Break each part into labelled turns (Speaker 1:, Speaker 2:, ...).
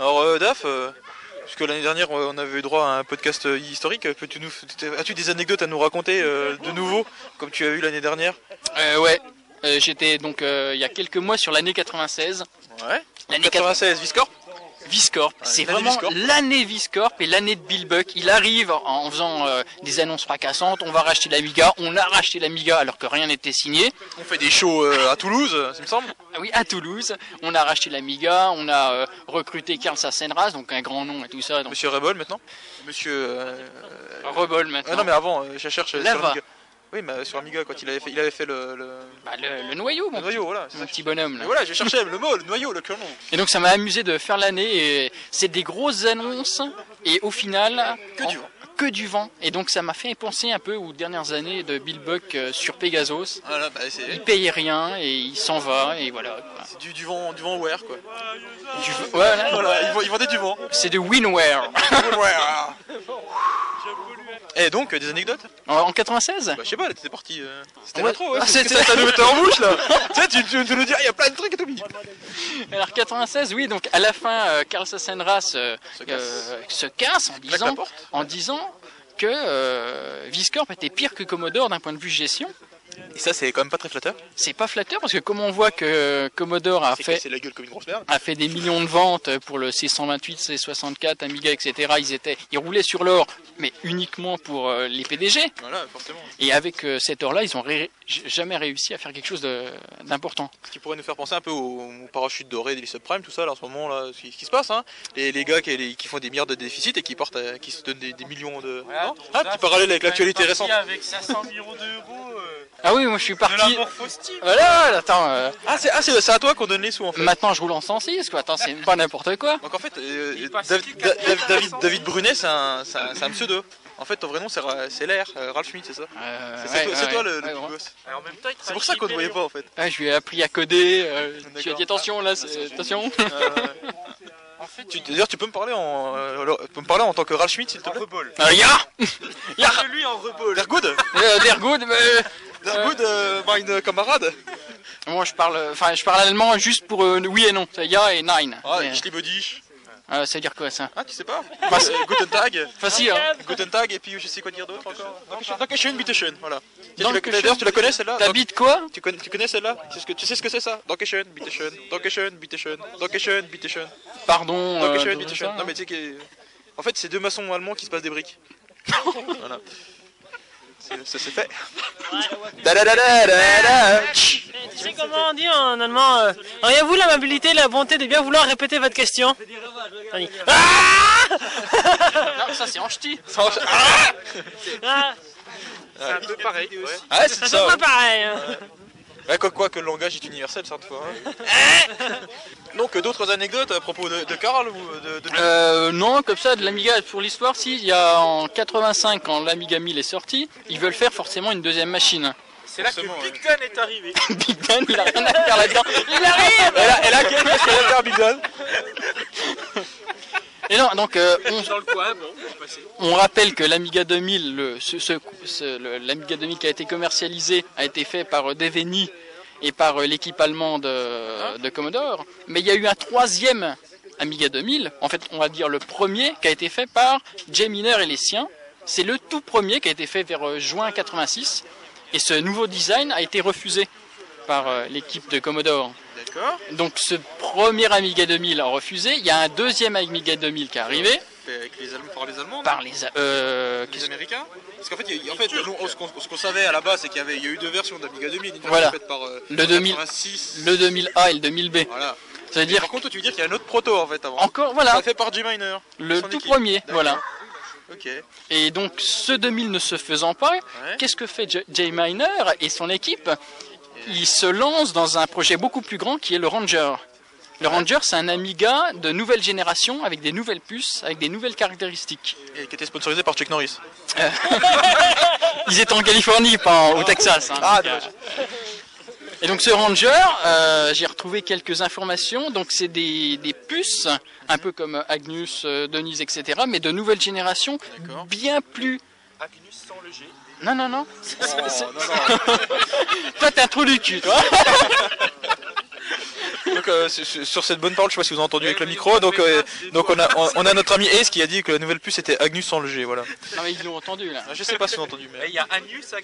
Speaker 1: euh, DAF Puisque l'année dernière, euh, on avait eu droit à un podcast euh, historique. Peux-tu nous... As-tu des anecdotes à nous raconter euh, de nouveau, comme tu as eu l'année dernière
Speaker 2: Euh, ouais, Euh, j'étais donc euh, il y a quelques mois sur l'année 96.
Speaker 1: Ouais.
Speaker 2: L'année
Speaker 1: 96, Viscorp
Speaker 2: Viscorp, c'est
Speaker 1: l'année
Speaker 2: vraiment
Speaker 1: Viscorp.
Speaker 2: l'année Viscorp et l'année de Bill Buck. Il arrive en faisant euh, des annonces fracassantes, on va racheter l'Amiga, on a racheté l'Amiga alors que rien n'était signé.
Speaker 1: On fait des shows euh, à Toulouse, ça me semble.
Speaker 2: Ah Oui, à Toulouse, on a racheté l'Amiga, on a euh, recruté Karl Sassenras, donc un grand nom et tout ça, donc
Speaker 1: Monsieur Rebol maintenant. Monsieur. euh,
Speaker 2: Rebol
Speaker 1: ah
Speaker 2: maintenant.
Speaker 1: non, mais avant, euh, je cherche euh, sur
Speaker 2: Lava.
Speaker 1: Amiga. Oui, mais euh, sur Amiga, quand il avait fait, il avait fait le, le-
Speaker 2: Bah, le, le noyau,
Speaker 1: le
Speaker 2: mon,
Speaker 1: noyau, voilà.
Speaker 2: petit-
Speaker 1: c'est
Speaker 2: mon
Speaker 1: ça.
Speaker 2: petit bonhomme.
Speaker 1: Mais
Speaker 2: Là.
Speaker 1: voilà, je cherchais le mot, le noyau, le colon.
Speaker 2: Et donc ça m'a amusé de faire l'année. et C'est des grosses annonces et au final
Speaker 1: Que du vent.
Speaker 2: que du vent. Et donc ça m'a fait penser un peu aux dernières années de Bill Buck euh, sur Pegasus.
Speaker 1: Voilà, bah c'est
Speaker 2: Il paye rien et il s'en va et voilà. quoi.
Speaker 1: c'est du, du vent, du vent where quoi.
Speaker 2: Du- voilà.
Speaker 1: Voilà, il, vend- il vendait du vent.
Speaker 2: C'est de Winware.
Speaker 1: Et donc euh, des anecdotes
Speaker 2: En- En 96
Speaker 1: Bah je sais pas, là, t'étais parti. euh, C'était
Speaker 2: Ouais.
Speaker 1: l'intro, ouais.
Speaker 2: Ah,
Speaker 1: c'est-
Speaker 2: c'était-
Speaker 1: ça nous mettait en bouche là. tu sais, tu, tu, tu nous dis, ah, il y a plein de trucs et tout. mais-
Speaker 2: Alors 96, oui, donc à la fin, euh, Carl Sassenras euh,
Speaker 1: Se casse.
Speaker 2: euh, se casse en
Speaker 1: Claque la
Speaker 2: disant,
Speaker 1: porte.
Speaker 2: en disant que euh, Viscorp était pire que Commodore d'un point de vue gestion.
Speaker 1: Et ça c'est quand même pas très flatteur.
Speaker 2: C'est pas flatteur parce que comme on voit que euh, Commodore a
Speaker 1: C'est
Speaker 2: fait
Speaker 1: que c'est la gueule comme une grosse merde.
Speaker 2: a fait des millions de ventes pour le C128, C64, Amiga, etc. Ils étaient, ils roulaient sur l'or, mais uniquement pour euh, les PDG.
Speaker 1: Voilà, forcément.
Speaker 2: Et avec euh, cet or-là, ils ont ré- j- jamais réussi à faire quelque chose de- d'important.
Speaker 1: Ce qui pourrait nous faire penser un peu aux, aux parachutes dorés des subprimes, tout ça, là, en ce moment, là, ce qui, ce qui se passe, hein. Les, les gars qui, les- qui font des milliards de déficit et qui partent, à- qui se donnent des, des millions de. non ah, petit parallèle avec l'actualité récente.
Speaker 3: Avec 500 millions d'euros euh,
Speaker 2: Ah oui, moi je suis
Speaker 3: de la
Speaker 2: parti.
Speaker 3: morphostie.
Speaker 2: Voilà, attends. euh,
Speaker 1: Ah, c'est ah, c'est- c'est à toi qu'on donne les sous, en fait.
Speaker 2: maintenant, je roule en 106, quoi. Attends, c'est pas n'importe quoi.
Speaker 1: Donc, en fait, euh,
Speaker 3: Il passe
Speaker 1: David,
Speaker 3: que quatre
Speaker 1: David-
Speaker 3: mille
Speaker 1: David,
Speaker 3: cinq cents.
Speaker 1: David Brunet, c'est un, c'est un, c'est un pseudo. En fait, ton vrai nom, c'est Ra- c'est l'air, euh, Ralph Schmitt, c'est ça
Speaker 2: Euh,
Speaker 1: C'est
Speaker 2: ouais,
Speaker 1: c'est toi, c'est
Speaker 2: ouais,
Speaker 1: toi le, le
Speaker 2: ouais,
Speaker 1: big
Speaker 2: ouais.
Speaker 1: boss.
Speaker 3: Alors, en même temps, il
Speaker 1: C'est pour ça qu'on ne voyait pas, en fait.
Speaker 2: Ouais, je lui ai appris à coder. euh, tu as
Speaker 1: Ah, D'accord.
Speaker 2: dit attention là, c'est- attention.
Speaker 1: Euh,
Speaker 3: En fait,
Speaker 1: tu-
Speaker 3: tu
Speaker 1: D'ailleurs, tu peux me parler en, euh, alors, tu peux me parler en tant que Ralph Schmitt, s'il te
Speaker 3: en
Speaker 1: plaît
Speaker 3: rebol.
Speaker 2: Euh, ya ya
Speaker 3: Parle lui en rebol.
Speaker 1: L'air good
Speaker 2: Euh, Der Good, euh,
Speaker 1: L'air good, euh, mine camarade
Speaker 2: Moi, je parle, euh, enfin, je parle allemand juste pour euh, oui et non. C'est ja et nein.
Speaker 1: Ah,
Speaker 2: Et,
Speaker 1: ich liebe dich
Speaker 2: euh, ça veut dire quoi ça
Speaker 1: Ah, tu sais pas
Speaker 2: Bah, c'est-
Speaker 1: Euh, Guten Tag
Speaker 2: Facile. Hein.
Speaker 1: Guten Tag, et puis je sais quoi dire d'autre encore. Dankeschön, bitteschön, voilà. Tiens, tu la-
Speaker 2: Dankeschön.
Speaker 1: D'ailleurs, tu la connais celle-là Dan-
Speaker 2: T'habites quoi
Speaker 1: tu connais, tu connais celle-là C'est ce que- Tu sais ce que c'est ça Dankeschön, bitteschön, Dankeschön, bitteschön, Dankeschön, bitteschön,
Speaker 2: Pardon. euh,
Speaker 1: Dankeschön,
Speaker 2: de-
Speaker 1: bitteschön.
Speaker 2: ça,
Speaker 1: Non mais tu sais que... En fait, c'est deux maçons allemands qui se passent des briques. voilà. C'est- Ça c'est fait.
Speaker 4: Tu sais comment on dit en allemand euh, Auriez-vous l'amabilité et la bonté de bien vouloir répéter votre question On dit,
Speaker 2: hein. Non, ça c'est en ch'ti.
Speaker 4: Ah,
Speaker 3: C'est un peu pareil. ouais.
Speaker 1: Ah, c'est
Speaker 4: Ça sonne
Speaker 1: ça
Speaker 4: pas pareil hein.
Speaker 1: Ouais, quoi, quoi que le langage est universel, hein. cette fois. Donc, euh, d'autres anecdotes à propos de, de Karl ou euh, de... de...
Speaker 2: Euh, non, comme ça, de l'Amiga pour l'histoire, si, il y a en 85, quand l'Amiga 1000 est sorti, ils veulent faire forcément une deuxième machine.
Speaker 3: C'est là que
Speaker 1: Forcément, ouais.
Speaker 3: Big Dan est arrivé.
Speaker 2: Big Dan, il a rien à faire là-dedans. Il arrive
Speaker 1: Et là, et là qu'est-ce qu'elle va faire, Big Ben. Dan
Speaker 2: Ben Et non, donc, euh, on,
Speaker 3: Dans le coin, bon, on va passer.
Speaker 2: On rappelle que l'Amiga 2000, le- ce- ce- ce- le- l'Amiga 2000 qui a été commercialisé, a été fait par euh, Deveni et par euh, l'équipe allemande euh, de Commodore. Mais il y a eu un troisième Amiga 2000, en fait, on va dire le premier, qui a été fait par Jay Miner et les siens. C'est le tout premier qui a été fait vers euh, juin 86. Et ce nouveau design a été refusé par euh, l'équipe de Commodore.
Speaker 1: D'accord.
Speaker 2: Donc ce premier Amiga 2000 a refusé. Il y a un deuxième Amiga 2000 qui est arrivé
Speaker 1: Avec les Allemands, par les Allemands
Speaker 2: par les... a- euh,
Speaker 1: les Américains Parce qu'en fait, il y a- en fait on- ce qu'on ce qu'on savait à la base, c'est qu'il y, avait- il y a eu deux versions d'Amiga 2000. Une version
Speaker 2: Voilà.
Speaker 1: faite par euh,
Speaker 2: Le 2000.
Speaker 1: 86.
Speaker 2: le 2000A et le 2000B.
Speaker 1: Voilà.
Speaker 2: Ça veut
Speaker 1: Et
Speaker 2: dire
Speaker 1: Par contre, toi, tu veux dire qu'il y a un autre proto, en fait, avant.
Speaker 2: encore, voilà,
Speaker 1: Ça fait par G-Miner.
Speaker 2: le
Speaker 1: son
Speaker 2: tout
Speaker 1: équipe.
Speaker 2: premier,
Speaker 1: D'accord.
Speaker 2: voilà.
Speaker 1: Ok.
Speaker 2: Et donc, ce 2000 ne se faisant pas,
Speaker 1: Ouais.
Speaker 2: qu'est-ce que fait J- Jay Miner et son équipe Ils se lancent dans un projet beaucoup plus grand qui est le Ranger. Le Ranger, c'est un Amiga de nouvelle génération avec des nouvelles puces, avec des nouvelles caractéristiques.
Speaker 1: Et qui était sponsorisé par Chuck Norris.
Speaker 2: Ils étaient en Californie, pas en- au Texas. hein.
Speaker 1: Ah, dommage.
Speaker 2: Et donc ce Ranger, euh, j'ai retrouvé quelques informations. Donc c'est des, des puces, un peu comme Agnus, euh, Denise, etc., mais de nouvelle génération,
Speaker 1: D'accord.
Speaker 2: bien plus.
Speaker 3: Agnus sans le G.
Speaker 2: Non, non, non. C'est-
Speaker 1: Oh,
Speaker 2: c'est-
Speaker 1: non, non.
Speaker 2: Toi, t'as un trou du cul, toi.
Speaker 1: Donc, euh, sur- sur sur cette bonne parole, je sais pas si vous avez entendu avec le micro. Donc, euh, donc on, a, on, on a notre ami Ace qui a dit que la nouvelle puce était Agnus sans le G. Voilà.
Speaker 2: Non, mais ils l'ont entendu là.
Speaker 1: Ah, Je sais pas si vous avez entendu, mais
Speaker 3: Il y a Anus. à-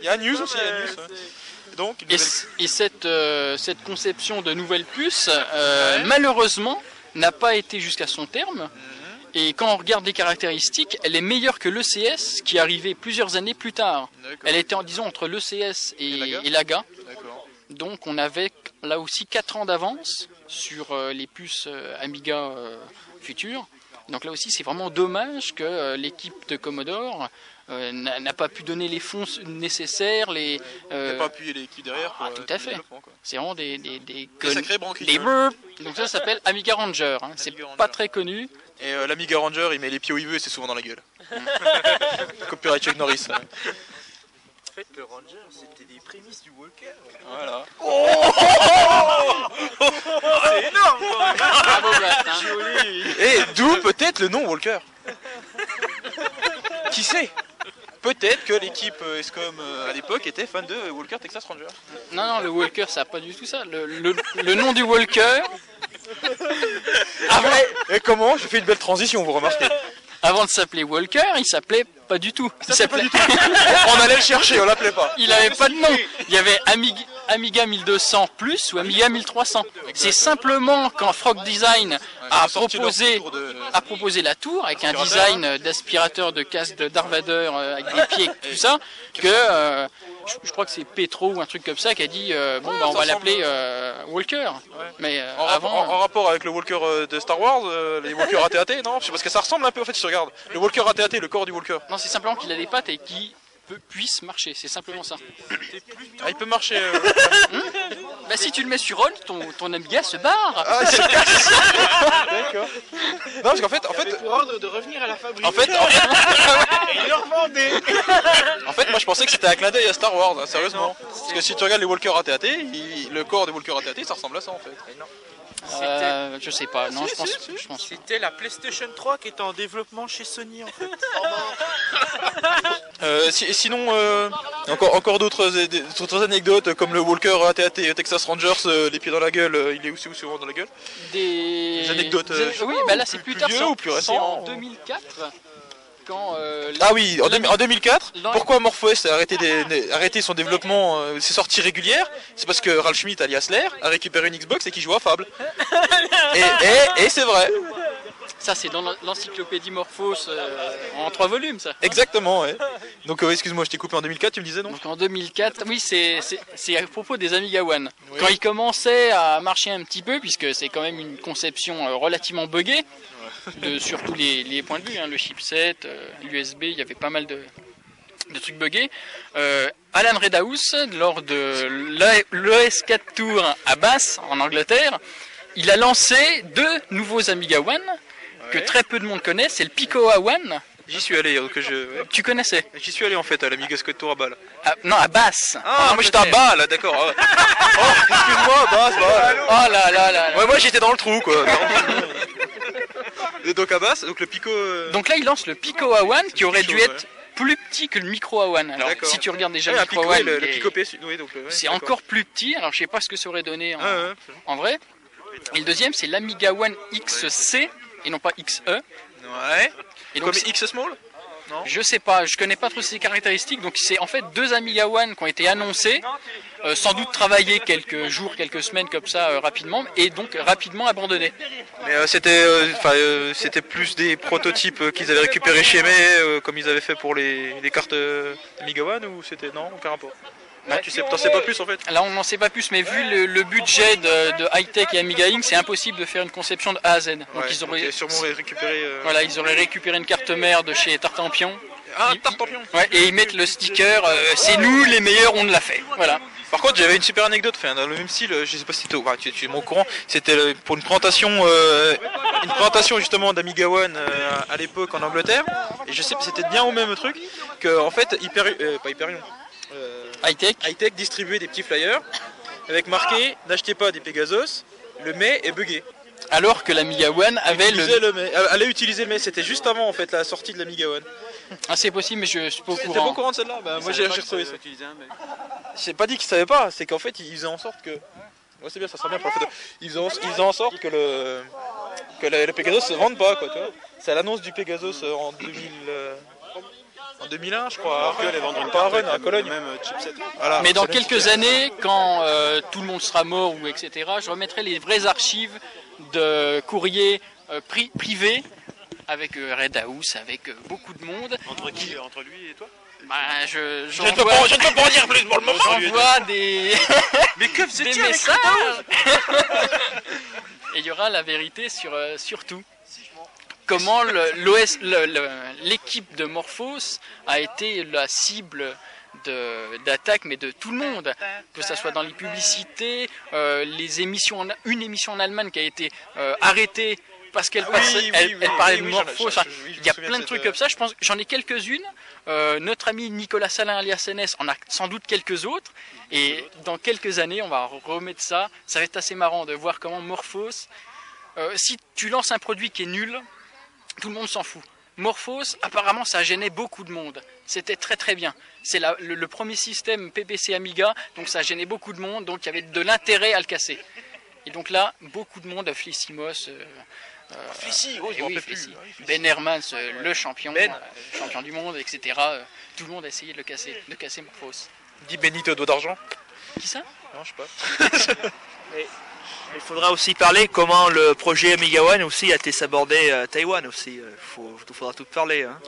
Speaker 1: il y a Agnus aussi. Agnus, ouais. Donc, une
Speaker 2: Et,
Speaker 1: nouvelle-
Speaker 2: c- et cette, euh, cette conception de nouvelle puce, euh, malheureusement, n'a pas été jusqu'à son
Speaker 1: Mhm.
Speaker 2: terme. Et quand on regarde les caractéristiques, elle est meilleure que l'ECS qui est arrivée plusieurs années plus tard.
Speaker 1: D'accord,
Speaker 2: Elle était, en disons, entre l'ECS
Speaker 1: Et l'AGA.
Speaker 2: et, et l'AGA.
Speaker 1: d'accord.
Speaker 2: Donc on avait là aussi 4 ans d'avance sur euh, les puces euh, Amiga euh, futures. Donc là aussi c'est vraiment dommage que euh, l'équipe de Commodore euh, n'a n'a pas pu donner les fonds nécessaires. Les,
Speaker 1: On
Speaker 2: euh,
Speaker 1: n'a pas appuyé les l'équipe derrière.
Speaker 2: ah,
Speaker 1: pour,
Speaker 2: tout
Speaker 1: euh,
Speaker 2: à
Speaker 1: le
Speaker 2: fait.
Speaker 1: développement, quoi.
Speaker 2: c'est vraiment des, des, des
Speaker 1: Des
Speaker 2: con-
Speaker 1: sacrés branquilles.
Speaker 2: des burps. Donc ça, ça s'appelle Amiga Ranger. hein. C'est
Speaker 1: Amiga Ranger.
Speaker 2: pas très connu.
Speaker 1: Et euh, l'Amiga Ranger, il met les pieds où il veut et c'est souvent dans la gueule. Copyright Chuck Norris. hein.
Speaker 3: En fait, le Ranger, c'était des prémices du Walker.
Speaker 1: Voilà.
Speaker 3: C'est énorme quand même.
Speaker 2: Bravo, Blast, hein.
Speaker 1: Et d'où peut-être le nom Walker. Qui sait Peut-être que l'équipe euh, ESCOM euh, à l'époque était fan de Walker Texas Ranger.
Speaker 2: Non, non, le Walker, ça n'a pas du tout ça. Le, le- le nom du Walker,
Speaker 1: Ah ouais Et comment Je fais une belle transition, vous remarquez.
Speaker 2: avant de s'appeler Walker, il s'appelait pas du tout. Il s'appelait
Speaker 1: On allait le chercher, on l'appelait pas.
Speaker 2: Il avait pas de nom. Il y avait Amig- Amiga 1200 plus ou Amiga 1300. C'est simplement quand Frog Design a
Speaker 1: ils ont sorti leur
Speaker 2: proposé,
Speaker 1: tour de-
Speaker 2: a proposé la tour avec un
Speaker 1: Aspirateur.
Speaker 2: design euh, d'aspirateur de casque de d'arvadeur euh, avec des pieds et tout ça que euh, je, je crois que c'est Petro ou un truc comme ça qui a dit euh, bon bah,
Speaker 1: ça
Speaker 2: on va
Speaker 1: ressemble.
Speaker 2: l'appeler euh, Walker. Mais euh,
Speaker 1: En, rapport- en-
Speaker 2: avant
Speaker 1: en rapport avec le Walker euh, de Star Wars, euh, les Walkers AT-AT, non Je sais pas, parce que ça ressemble un peu en fait si tu regardes. Le Walker AT-AT, le corps du Walker.
Speaker 2: euh, non, c'est simplement qu'il a des pattes et qui puisse marcher, c'est simplement ça.
Speaker 1: Ah, il peut marcher. euh.
Speaker 2: Bah si tu le mets sur on, ton, ton Amiga se barre.
Speaker 1: Ah, il se casse D'accord. Non, parce qu'en fait, en fait,
Speaker 3: Pour ordre de revenir à la fabrique.
Speaker 1: en fait, en fait,
Speaker 3: il leur vendait.
Speaker 1: En fait, moi je pensais que c'était un clin d'œil à Star Wars, hein, sérieusement. Parce que si tu regardes les Walker AT-AT, il- le corps des Walker AT-AT, ça ressemble à ça en fait.
Speaker 2: Euh, je sais pas, non, je pense, je pense
Speaker 3: C'était la PlayStation 3 qui était en développement chez Sony en fait.
Speaker 1: Euh, si- sinon, euh, encore, encore d'autres euh, des- d'autres anecdotes euh, comme le Walker AT-AT, euh, Texas Rangers, euh, les pieds dans la gueule, euh, il est aussi souvent dans la gueule.
Speaker 2: des,
Speaker 1: Des anecdotes, euh, je sais
Speaker 2: oui,
Speaker 1: pas,
Speaker 2: bah
Speaker 1: ou
Speaker 2: là
Speaker 1: plus-
Speaker 2: c'est plus,
Speaker 1: plus
Speaker 2: tard,
Speaker 1: vieux
Speaker 2: c'est en-
Speaker 1: ou plus récent, hein.
Speaker 2: c'est en
Speaker 1: ou-
Speaker 2: 2004 quand euh,
Speaker 1: Ah oui, en, deux- en 2004,
Speaker 2: Dans-
Speaker 1: pourquoi MorphOS a arrêté, des- des- arrêté son développement, euh, ses sorties régulières C'est parce que Ralph Schmitt, alias Lair, a récupéré une Xbox et qui joue à Fable. Et, et- et c'est vrai,
Speaker 2: ça c'est dans l'en- l'encyclopédie Morphos euh, en trois volumes ça.
Speaker 1: exactement. ouais. Donc euh, excuse-moi, je t'ai coupé en 2004, tu me disais non
Speaker 2: Donc en 2004, oui c'est c'est- c'est à propos des Amiga One. Quand ils commençaient à marcher un petit peu puisque c'est quand même une conception euh, relativement buggée de sur tous les, les points de vue, hein, le chipset, euh, l'USB, il y avait pas mal de de trucs buggés. Euh, Alan Redhouse, lors de l'ES4 Tour à Bath, en Angleterre, il a lancé deux nouveaux Amiga One que très peu de monde connaît. C'est le Picoa One.
Speaker 1: J'y suis allé, euh, que je... ouais.
Speaker 2: Tu connaissais
Speaker 1: J'y suis allé en fait à l'Amiga Scott Tour à Bâle.
Speaker 2: Ah, Non, à Bath.
Speaker 1: Ah,
Speaker 2: en
Speaker 1: moi j'étais à
Speaker 2: Angleterre.
Speaker 1: Bâle, d'accord. ah ouais. Oh, excuse-moi, Bâle, c'est pas grave.
Speaker 2: Oh là là là. là.
Speaker 1: Ouais, moi j'étais dans le trou quoi. Et donc à Basse, donc le Pico. euh,
Speaker 2: Donc là, il lance le Picoa One qui aurait dû
Speaker 1: chaud,
Speaker 2: être plus petit que le Micro One. Alors,
Speaker 1: D'accord.
Speaker 2: si tu regardes déjà
Speaker 1: ouais,
Speaker 2: le
Speaker 1: un
Speaker 2: Micro
Speaker 1: Pico, ouais,
Speaker 2: One,
Speaker 1: le,
Speaker 2: il
Speaker 1: le
Speaker 2: est-
Speaker 1: Pico PS. Oui, donc, le- ouais,
Speaker 2: c'est
Speaker 1: d'accord. Ah.
Speaker 2: encore plus petit. Alors, je sais pas ce que ça aurait donné en,
Speaker 1: Ouais, ouais.
Speaker 2: en vrai. Et le deuxième, c'est l'Amiga One XC et non pas XE.
Speaker 1: Ouais.
Speaker 2: Et donc,
Speaker 1: Comme X Small
Speaker 2: Je sais pas, je connais pas trop ses caractéristiques. Donc c'est en fait deux Amiga One qui ont été annoncés, euh, sans doute travaillés quelques jours, quelques semaines comme ça euh, rapidement, et donc rapidement abandonnés.
Speaker 1: Mais euh, c'était euh, enfin, euh, c'était plus des prototypes euh, qu'ils avaient récupérés chez May, euh, comme ils avaient fait pour les, les cartes euh, Amiga One ou c'était. Non, aucun rapport.
Speaker 2: Bah,
Speaker 1: Ah, tu sais, t'en sais pas plus en fait
Speaker 2: Là on n'en sait pas plus, mais vu le, le budget de, de High Tech et Amiga Inc, c'est impossible de faire une conception de A à Z. Donc
Speaker 1: Ouais,
Speaker 2: ils auraient
Speaker 1: donc, sûrement récupéré. euh,
Speaker 2: voilà, ils auraient récupéré une carte mère de chez Tartampion.
Speaker 1: Ah,
Speaker 2: Ils-
Speaker 1: Tartampion
Speaker 2: Ouais, et ils mettent le sticker, euh, c'est nous les meilleurs, on l'a fait. Voilà.
Speaker 1: Par contre, j'avais une super anecdote, enfin, dans le même style, euh, je sais pas si t'es au- enfin, tu, tu es au courant, c'était euh, pour une présentation, euh, une présentation justement d'Amiga One euh, à l'époque en Angleterre, et je sais que c'était bien au même truc, que en fait, Hyper, euh, pas Hyperion, euh,
Speaker 2: High Tech.
Speaker 1: Hightech distribuait des petits flyers avec marqué N'achetez pas des Pegasus, le mai est bugué.
Speaker 2: Alors que l'Amiga One avait le
Speaker 1: Utilisez le mai. Euh, Allez utiliser le mai, c'était juste avant en fait la sortie de l'Amiga One.
Speaker 2: Ah c'est possible mais je suis pas au
Speaker 1: T'es pas au
Speaker 2: courant.
Speaker 1: courant de celle-là Bah, Moi j'ai j'ai retrouvé ça.
Speaker 3: utilisé un mec.
Speaker 1: J'ai pas dit qu'ils savaient pas, c'est qu'en fait ils faisaient en sorte que Ouais, c'est bien, ça sera bien pour la photo. Ils ont, ils faisaient en sorte que le, que le, le Pegasus se vende pas, quoi, tu vois. C'est à l'annonce du Pegasus euh, en 2000, euh, en 2001, je crois. Alors que les vendront pas à Rennes, à Cologne.
Speaker 3: Même euh, chipset.
Speaker 1: Voilà.
Speaker 2: Mais dans
Speaker 1: C'est le-
Speaker 2: quelques années, quand euh, tout le monde sera mort ou etc., je remettrai les vraies archives de courriers euh, pri- privés avec euh, Red House, avec euh, beaucoup de monde.
Speaker 3: Entre qui euh, Entre lui et toi
Speaker 2: Bah, je,
Speaker 1: Je ne peux pas- je ne peux pas en dire plus pour le moment.
Speaker 2: j'envoie des,
Speaker 3: Mais que
Speaker 2: des
Speaker 3: faisait-il avec
Speaker 2: messages. Et il y aura la vérité sur, euh, sur tout. Comment le- l'OS le- le- l'équipe de Morphos a été la cible de- d'attaque, mais de tout le monde, que ce soit dans les publicités, euh, les émissions, en- une émission en Allemagne qui a été euh, arrêtée parce qu'elle
Speaker 1: Ah Oui,
Speaker 2: passait-
Speaker 1: oui,
Speaker 2: elle,
Speaker 1: oui,
Speaker 2: elle parlait
Speaker 1: oui,
Speaker 2: de
Speaker 1: oui, j'en ai-
Speaker 2: Morphos.
Speaker 1: je-
Speaker 2: Enfin,
Speaker 1: je- oui, je me
Speaker 2: il y a
Speaker 1: souviens
Speaker 2: plein
Speaker 1: de
Speaker 2: de
Speaker 1: cette,
Speaker 2: trucs
Speaker 1: euh,
Speaker 2: comme ça. Je pense, j'en ai quelques-unes. Euh, notre ami Nicolas Salin alias NS en a sans doute quelques autres. Et dans quelques années, on va remettre ça. Ça va être assez marrant de voir comment Morphos. euh, si tu lances un produit qui est nul, tout le monde s'en fout. Morphos, apparemment, ça gênait beaucoup de monde. C'était très très bien. C'est la- le, le premier système PPC Amiga, donc ça gênait beaucoup de monde, donc il y avait de l'intérêt à le casser. Et donc là, beaucoup de monde, Flissimos, euh,
Speaker 1: Ici, oh,
Speaker 2: eh oui, Flissy. Ben Hermans, euh, le champion, euh, champion du monde, etc. euh, tout le monde a essayé de le casser, de casser Morphos.
Speaker 1: Dis Benito doigt d'argent.
Speaker 2: Qui ça
Speaker 1: Non, je sais pas.
Speaker 5: Il faudra aussi parler comment le projet Amiga One aussi a été sabordé à Taïwan aussi. Il faudra tout parler. hein.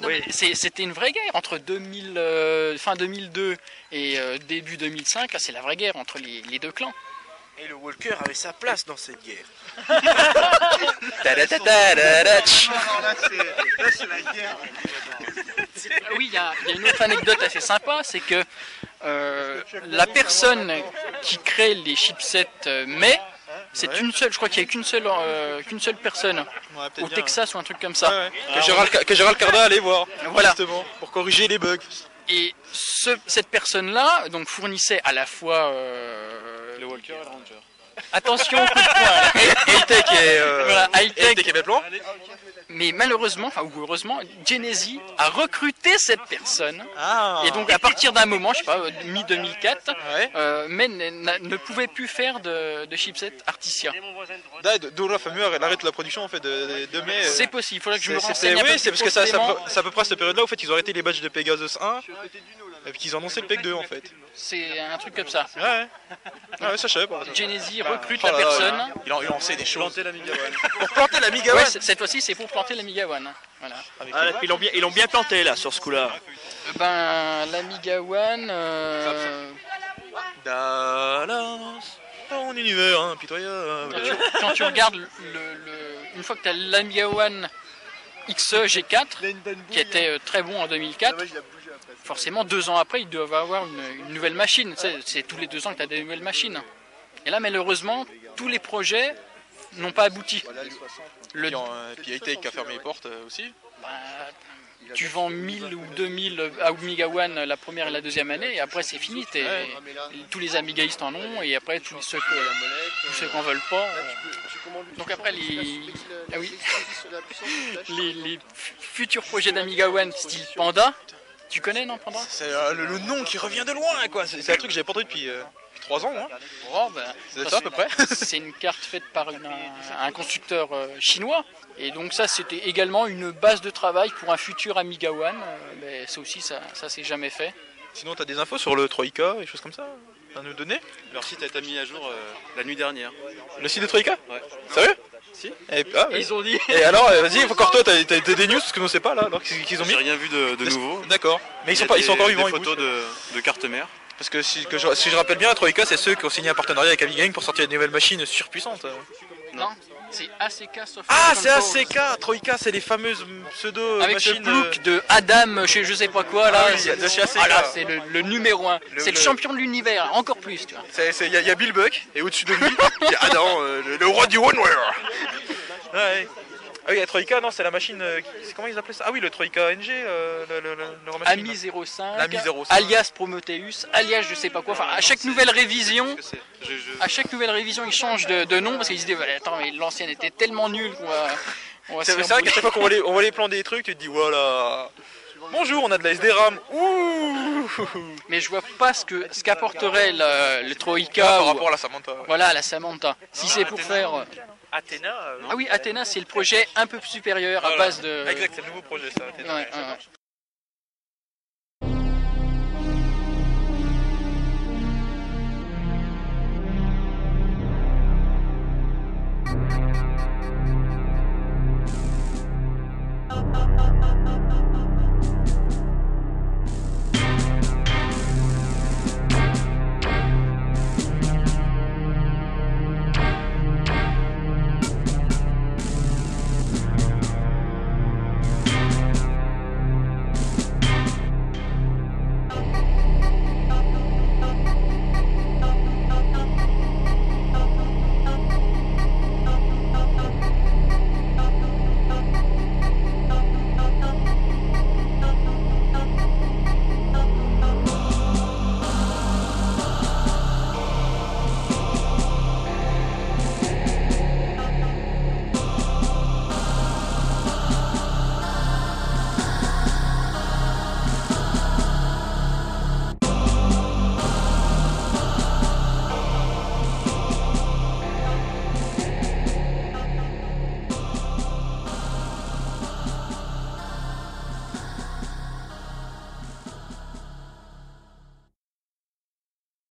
Speaker 2: Non,
Speaker 5: Oui.
Speaker 2: mais c'est- C'était une vraie guerre entre 2000, euh, fin 2002 et euh, début 2005. là, C'est la vraie guerre entre les, les deux clans.
Speaker 3: Et le Walker avait sa place dans cette guerre.
Speaker 5: Ta-da-ta-ta-da-tch.
Speaker 2: Ah oui, il y, a il y a une autre anecdote assez sympa, c'est que euh, la personne qui crée les chipsets euh, mais c'est une seule, je crois qu'il n'y a qu'une seule, euh, qu'une seule personne au Texas ou un truc comme ça.
Speaker 1: Ah Ouais, ouais. Que Gérald, que Gérald Cardin allait voir.
Speaker 2: Voilà.
Speaker 1: Justement, pour corriger les bugs.
Speaker 2: Et ce- cette personne-là donc fournissait à la fois euh,
Speaker 3: Le Walker et le Ranger.
Speaker 2: attention coup de poing,
Speaker 1: High-tech et. euh,
Speaker 2: voilà, high
Speaker 1: high-tech
Speaker 2: tech,
Speaker 1: et Beplan.
Speaker 2: mais malheureusement, enfin ou heureusement, Genesis a recruté cette personne.
Speaker 1: Ah.
Speaker 2: Et donc à partir d'un moment, je sais pas, euh, mi 2004,
Speaker 1: Ouais.
Speaker 2: mais ne pouvait plus faire de, de chipset Articia.
Speaker 1: Là, d- D'où la fameuse elle arrête la production en fait de, de, de mai. euh,
Speaker 2: C'est possible, il faudrait que je me
Speaker 1: c'est-
Speaker 2: renseigne
Speaker 1: c'est-
Speaker 2: un peu
Speaker 1: Oui, c'est parce
Speaker 2: plus
Speaker 1: que ça, ça,
Speaker 2: profondément.
Speaker 1: c'est à peu près à cette période-là, au fait, ils ont arrêté les badges de Pegasus 1 et puis qu'ils ont annoncé le PEG 2 en fait.
Speaker 2: C'est un truc comme ça.
Speaker 1: Ouais, ouais. Ah ouais, ça je savais pas.
Speaker 2: Genesis recrute
Speaker 1: Oh
Speaker 2: la
Speaker 1: là là,
Speaker 2: personne.
Speaker 1: Il en, il en sait des choses.
Speaker 3: Planter la Mega One.
Speaker 1: Pour planter la Miga
Speaker 2: Ouais, c- cette fois-ci, c'est pour planter l'Amiga One. hein. Voilà.
Speaker 5: Ah, là, ils l'ont bien, ils l'ont bien planté là sur ce coup-là.
Speaker 2: Euh, Ben, l'Amiga One. euh,
Speaker 1: Dallas, ton univers hein, impitoyable.
Speaker 2: quand, tu, quand tu regardes le, le- le- une fois que tu as l'Amiga One XE G4, qui était euh, très bon en 2004, forcément deux ans après, ils doivent avoir une, une nouvelle machine. Tu sais, C'est tous les deux ans que tu as des nouvelles machines. Et là, malheureusement, tous les projets n'ont pas abouti. Le,
Speaker 1: Puis, euh, puis Hightech a fermé les portes euh, aussi.
Speaker 2: bah, tu vends 1000 ou 2000 à Amiga One la première et la deuxième année, et après c'est fini. t'es- Tous les Amigaïstes en ont, et après tous ceux que- tous ceux qui n'en veulent pas. on- Donc après les, ah oui, les, les fu- futurs projets d'Amiga One style Panda, tu connais non Panda
Speaker 1: C'est euh, le, le nom qui revient de loin quoi. C'est c'est un truc que j'avais pas entendu depuis 3 ans. Hein.
Speaker 2: Oh, bah,
Speaker 1: C'est
Speaker 2: ça,
Speaker 1: ça à peu près.
Speaker 2: C'est une carte faite par une- un, un constructeur euh, chinois. Et donc ça, c'était également une base de travail pour un futur Amiga One. Euh, mais ça aussi, ça, ça s'est jamais fait.
Speaker 1: Sinon t'as des infos sur le Troika et choses comme ça à nous donner
Speaker 3: Leur site a été mis à jour euh, la nuit dernière.
Speaker 1: Le site de Troika
Speaker 3: Ouais.
Speaker 1: Sérieux
Speaker 3: Si.
Speaker 1: Et, ah, ouais.
Speaker 2: Ils ont dit.
Speaker 1: Et alors, euh, vas-y, encore toi, t'as t'as- t'as des news parce que nous sait pas là, alors qu'est-ce qu'ils ont mis
Speaker 3: J'ai rien vu de, de nouveau.
Speaker 1: D'accord. Mais ils
Speaker 3: Il y
Speaker 1: sont,
Speaker 3: a
Speaker 1: pas, ils
Speaker 3: des-
Speaker 1: sont encore
Speaker 3: des
Speaker 1: vivants, ils
Speaker 3: photos
Speaker 1: bougent.
Speaker 3: de, de carte mère.
Speaker 1: Parce que si, que je, si je rappelle bien, Troika, c'est ceux qui ont signé un partenariat avec Amiga Inc. pour sortir des nouvelles machines surpuissantes.
Speaker 2: Non, c'est ACK Software
Speaker 1: Ah, c'est
Speaker 2: Control.
Speaker 1: ACK Troika, c'est les fameuses euh,
Speaker 2: Avec ce
Speaker 1: pseudo-machines.
Speaker 2: Bah, look de Adam chez je sais pas quoi là,
Speaker 1: Ah oui,
Speaker 2: c'est-
Speaker 1: de chez ACK.
Speaker 2: ah, là, c'est le, le numéro un.
Speaker 1: Le-
Speaker 2: c'est le,
Speaker 1: le-
Speaker 2: champion de l'univers, encore plus tu vois.
Speaker 1: Il y, a- y a Bill Buck, et au-dessus de lui, il y a Adam, euh, le, le roi du OneWare. Ouais. Ah oui, la Troika, non, c'est la machine. euh, qui- c'est- comment ils appelaient ça Ah oui, le Troika NG, euh, le, le, le- leur machine.
Speaker 2: Ami 05,
Speaker 1: L'Ami 05.
Speaker 2: alias Prometheus, alias je sais pas quoi. Enfin, à chaque nouvelle révision,
Speaker 3: Je sais, je- je-
Speaker 2: à chaque nouvelle révision, ils changent de, de nom parce qu'ils se disent Bah, attends, mais l'ancienne était tellement nulle qu'on va. on va se
Speaker 1: C'est
Speaker 2: faire
Speaker 1: c'est vrai
Speaker 2: bouler.
Speaker 1: qu'à chaque fois qu'on voit les, on voit les plans des trucs, tu te dis voilà. Bonjour, on a de la SDRAM. Ouh
Speaker 2: Mais je vois pas ce que ce qu'apporterait la- le, Troïka
Speaker 1: Par
Speaker 2: ou,
Speaker 1: rapport à la Samantha. ouais.
Speaker 2: voilà la Samantha. Si c'est pour
Speaker 5: Athéna.
Speaker 2: faire
Speaker 5: Athéna, euh,
Speaker 2: ah oui Ah Athéna c'est le projet un peu supérieur à
Speaker 1: Voilà.
Speaker 2: base de
Speaker 1: Exact, c'est le nouveau projet ça.
Speaker 2: Ouais, ouais, ouais.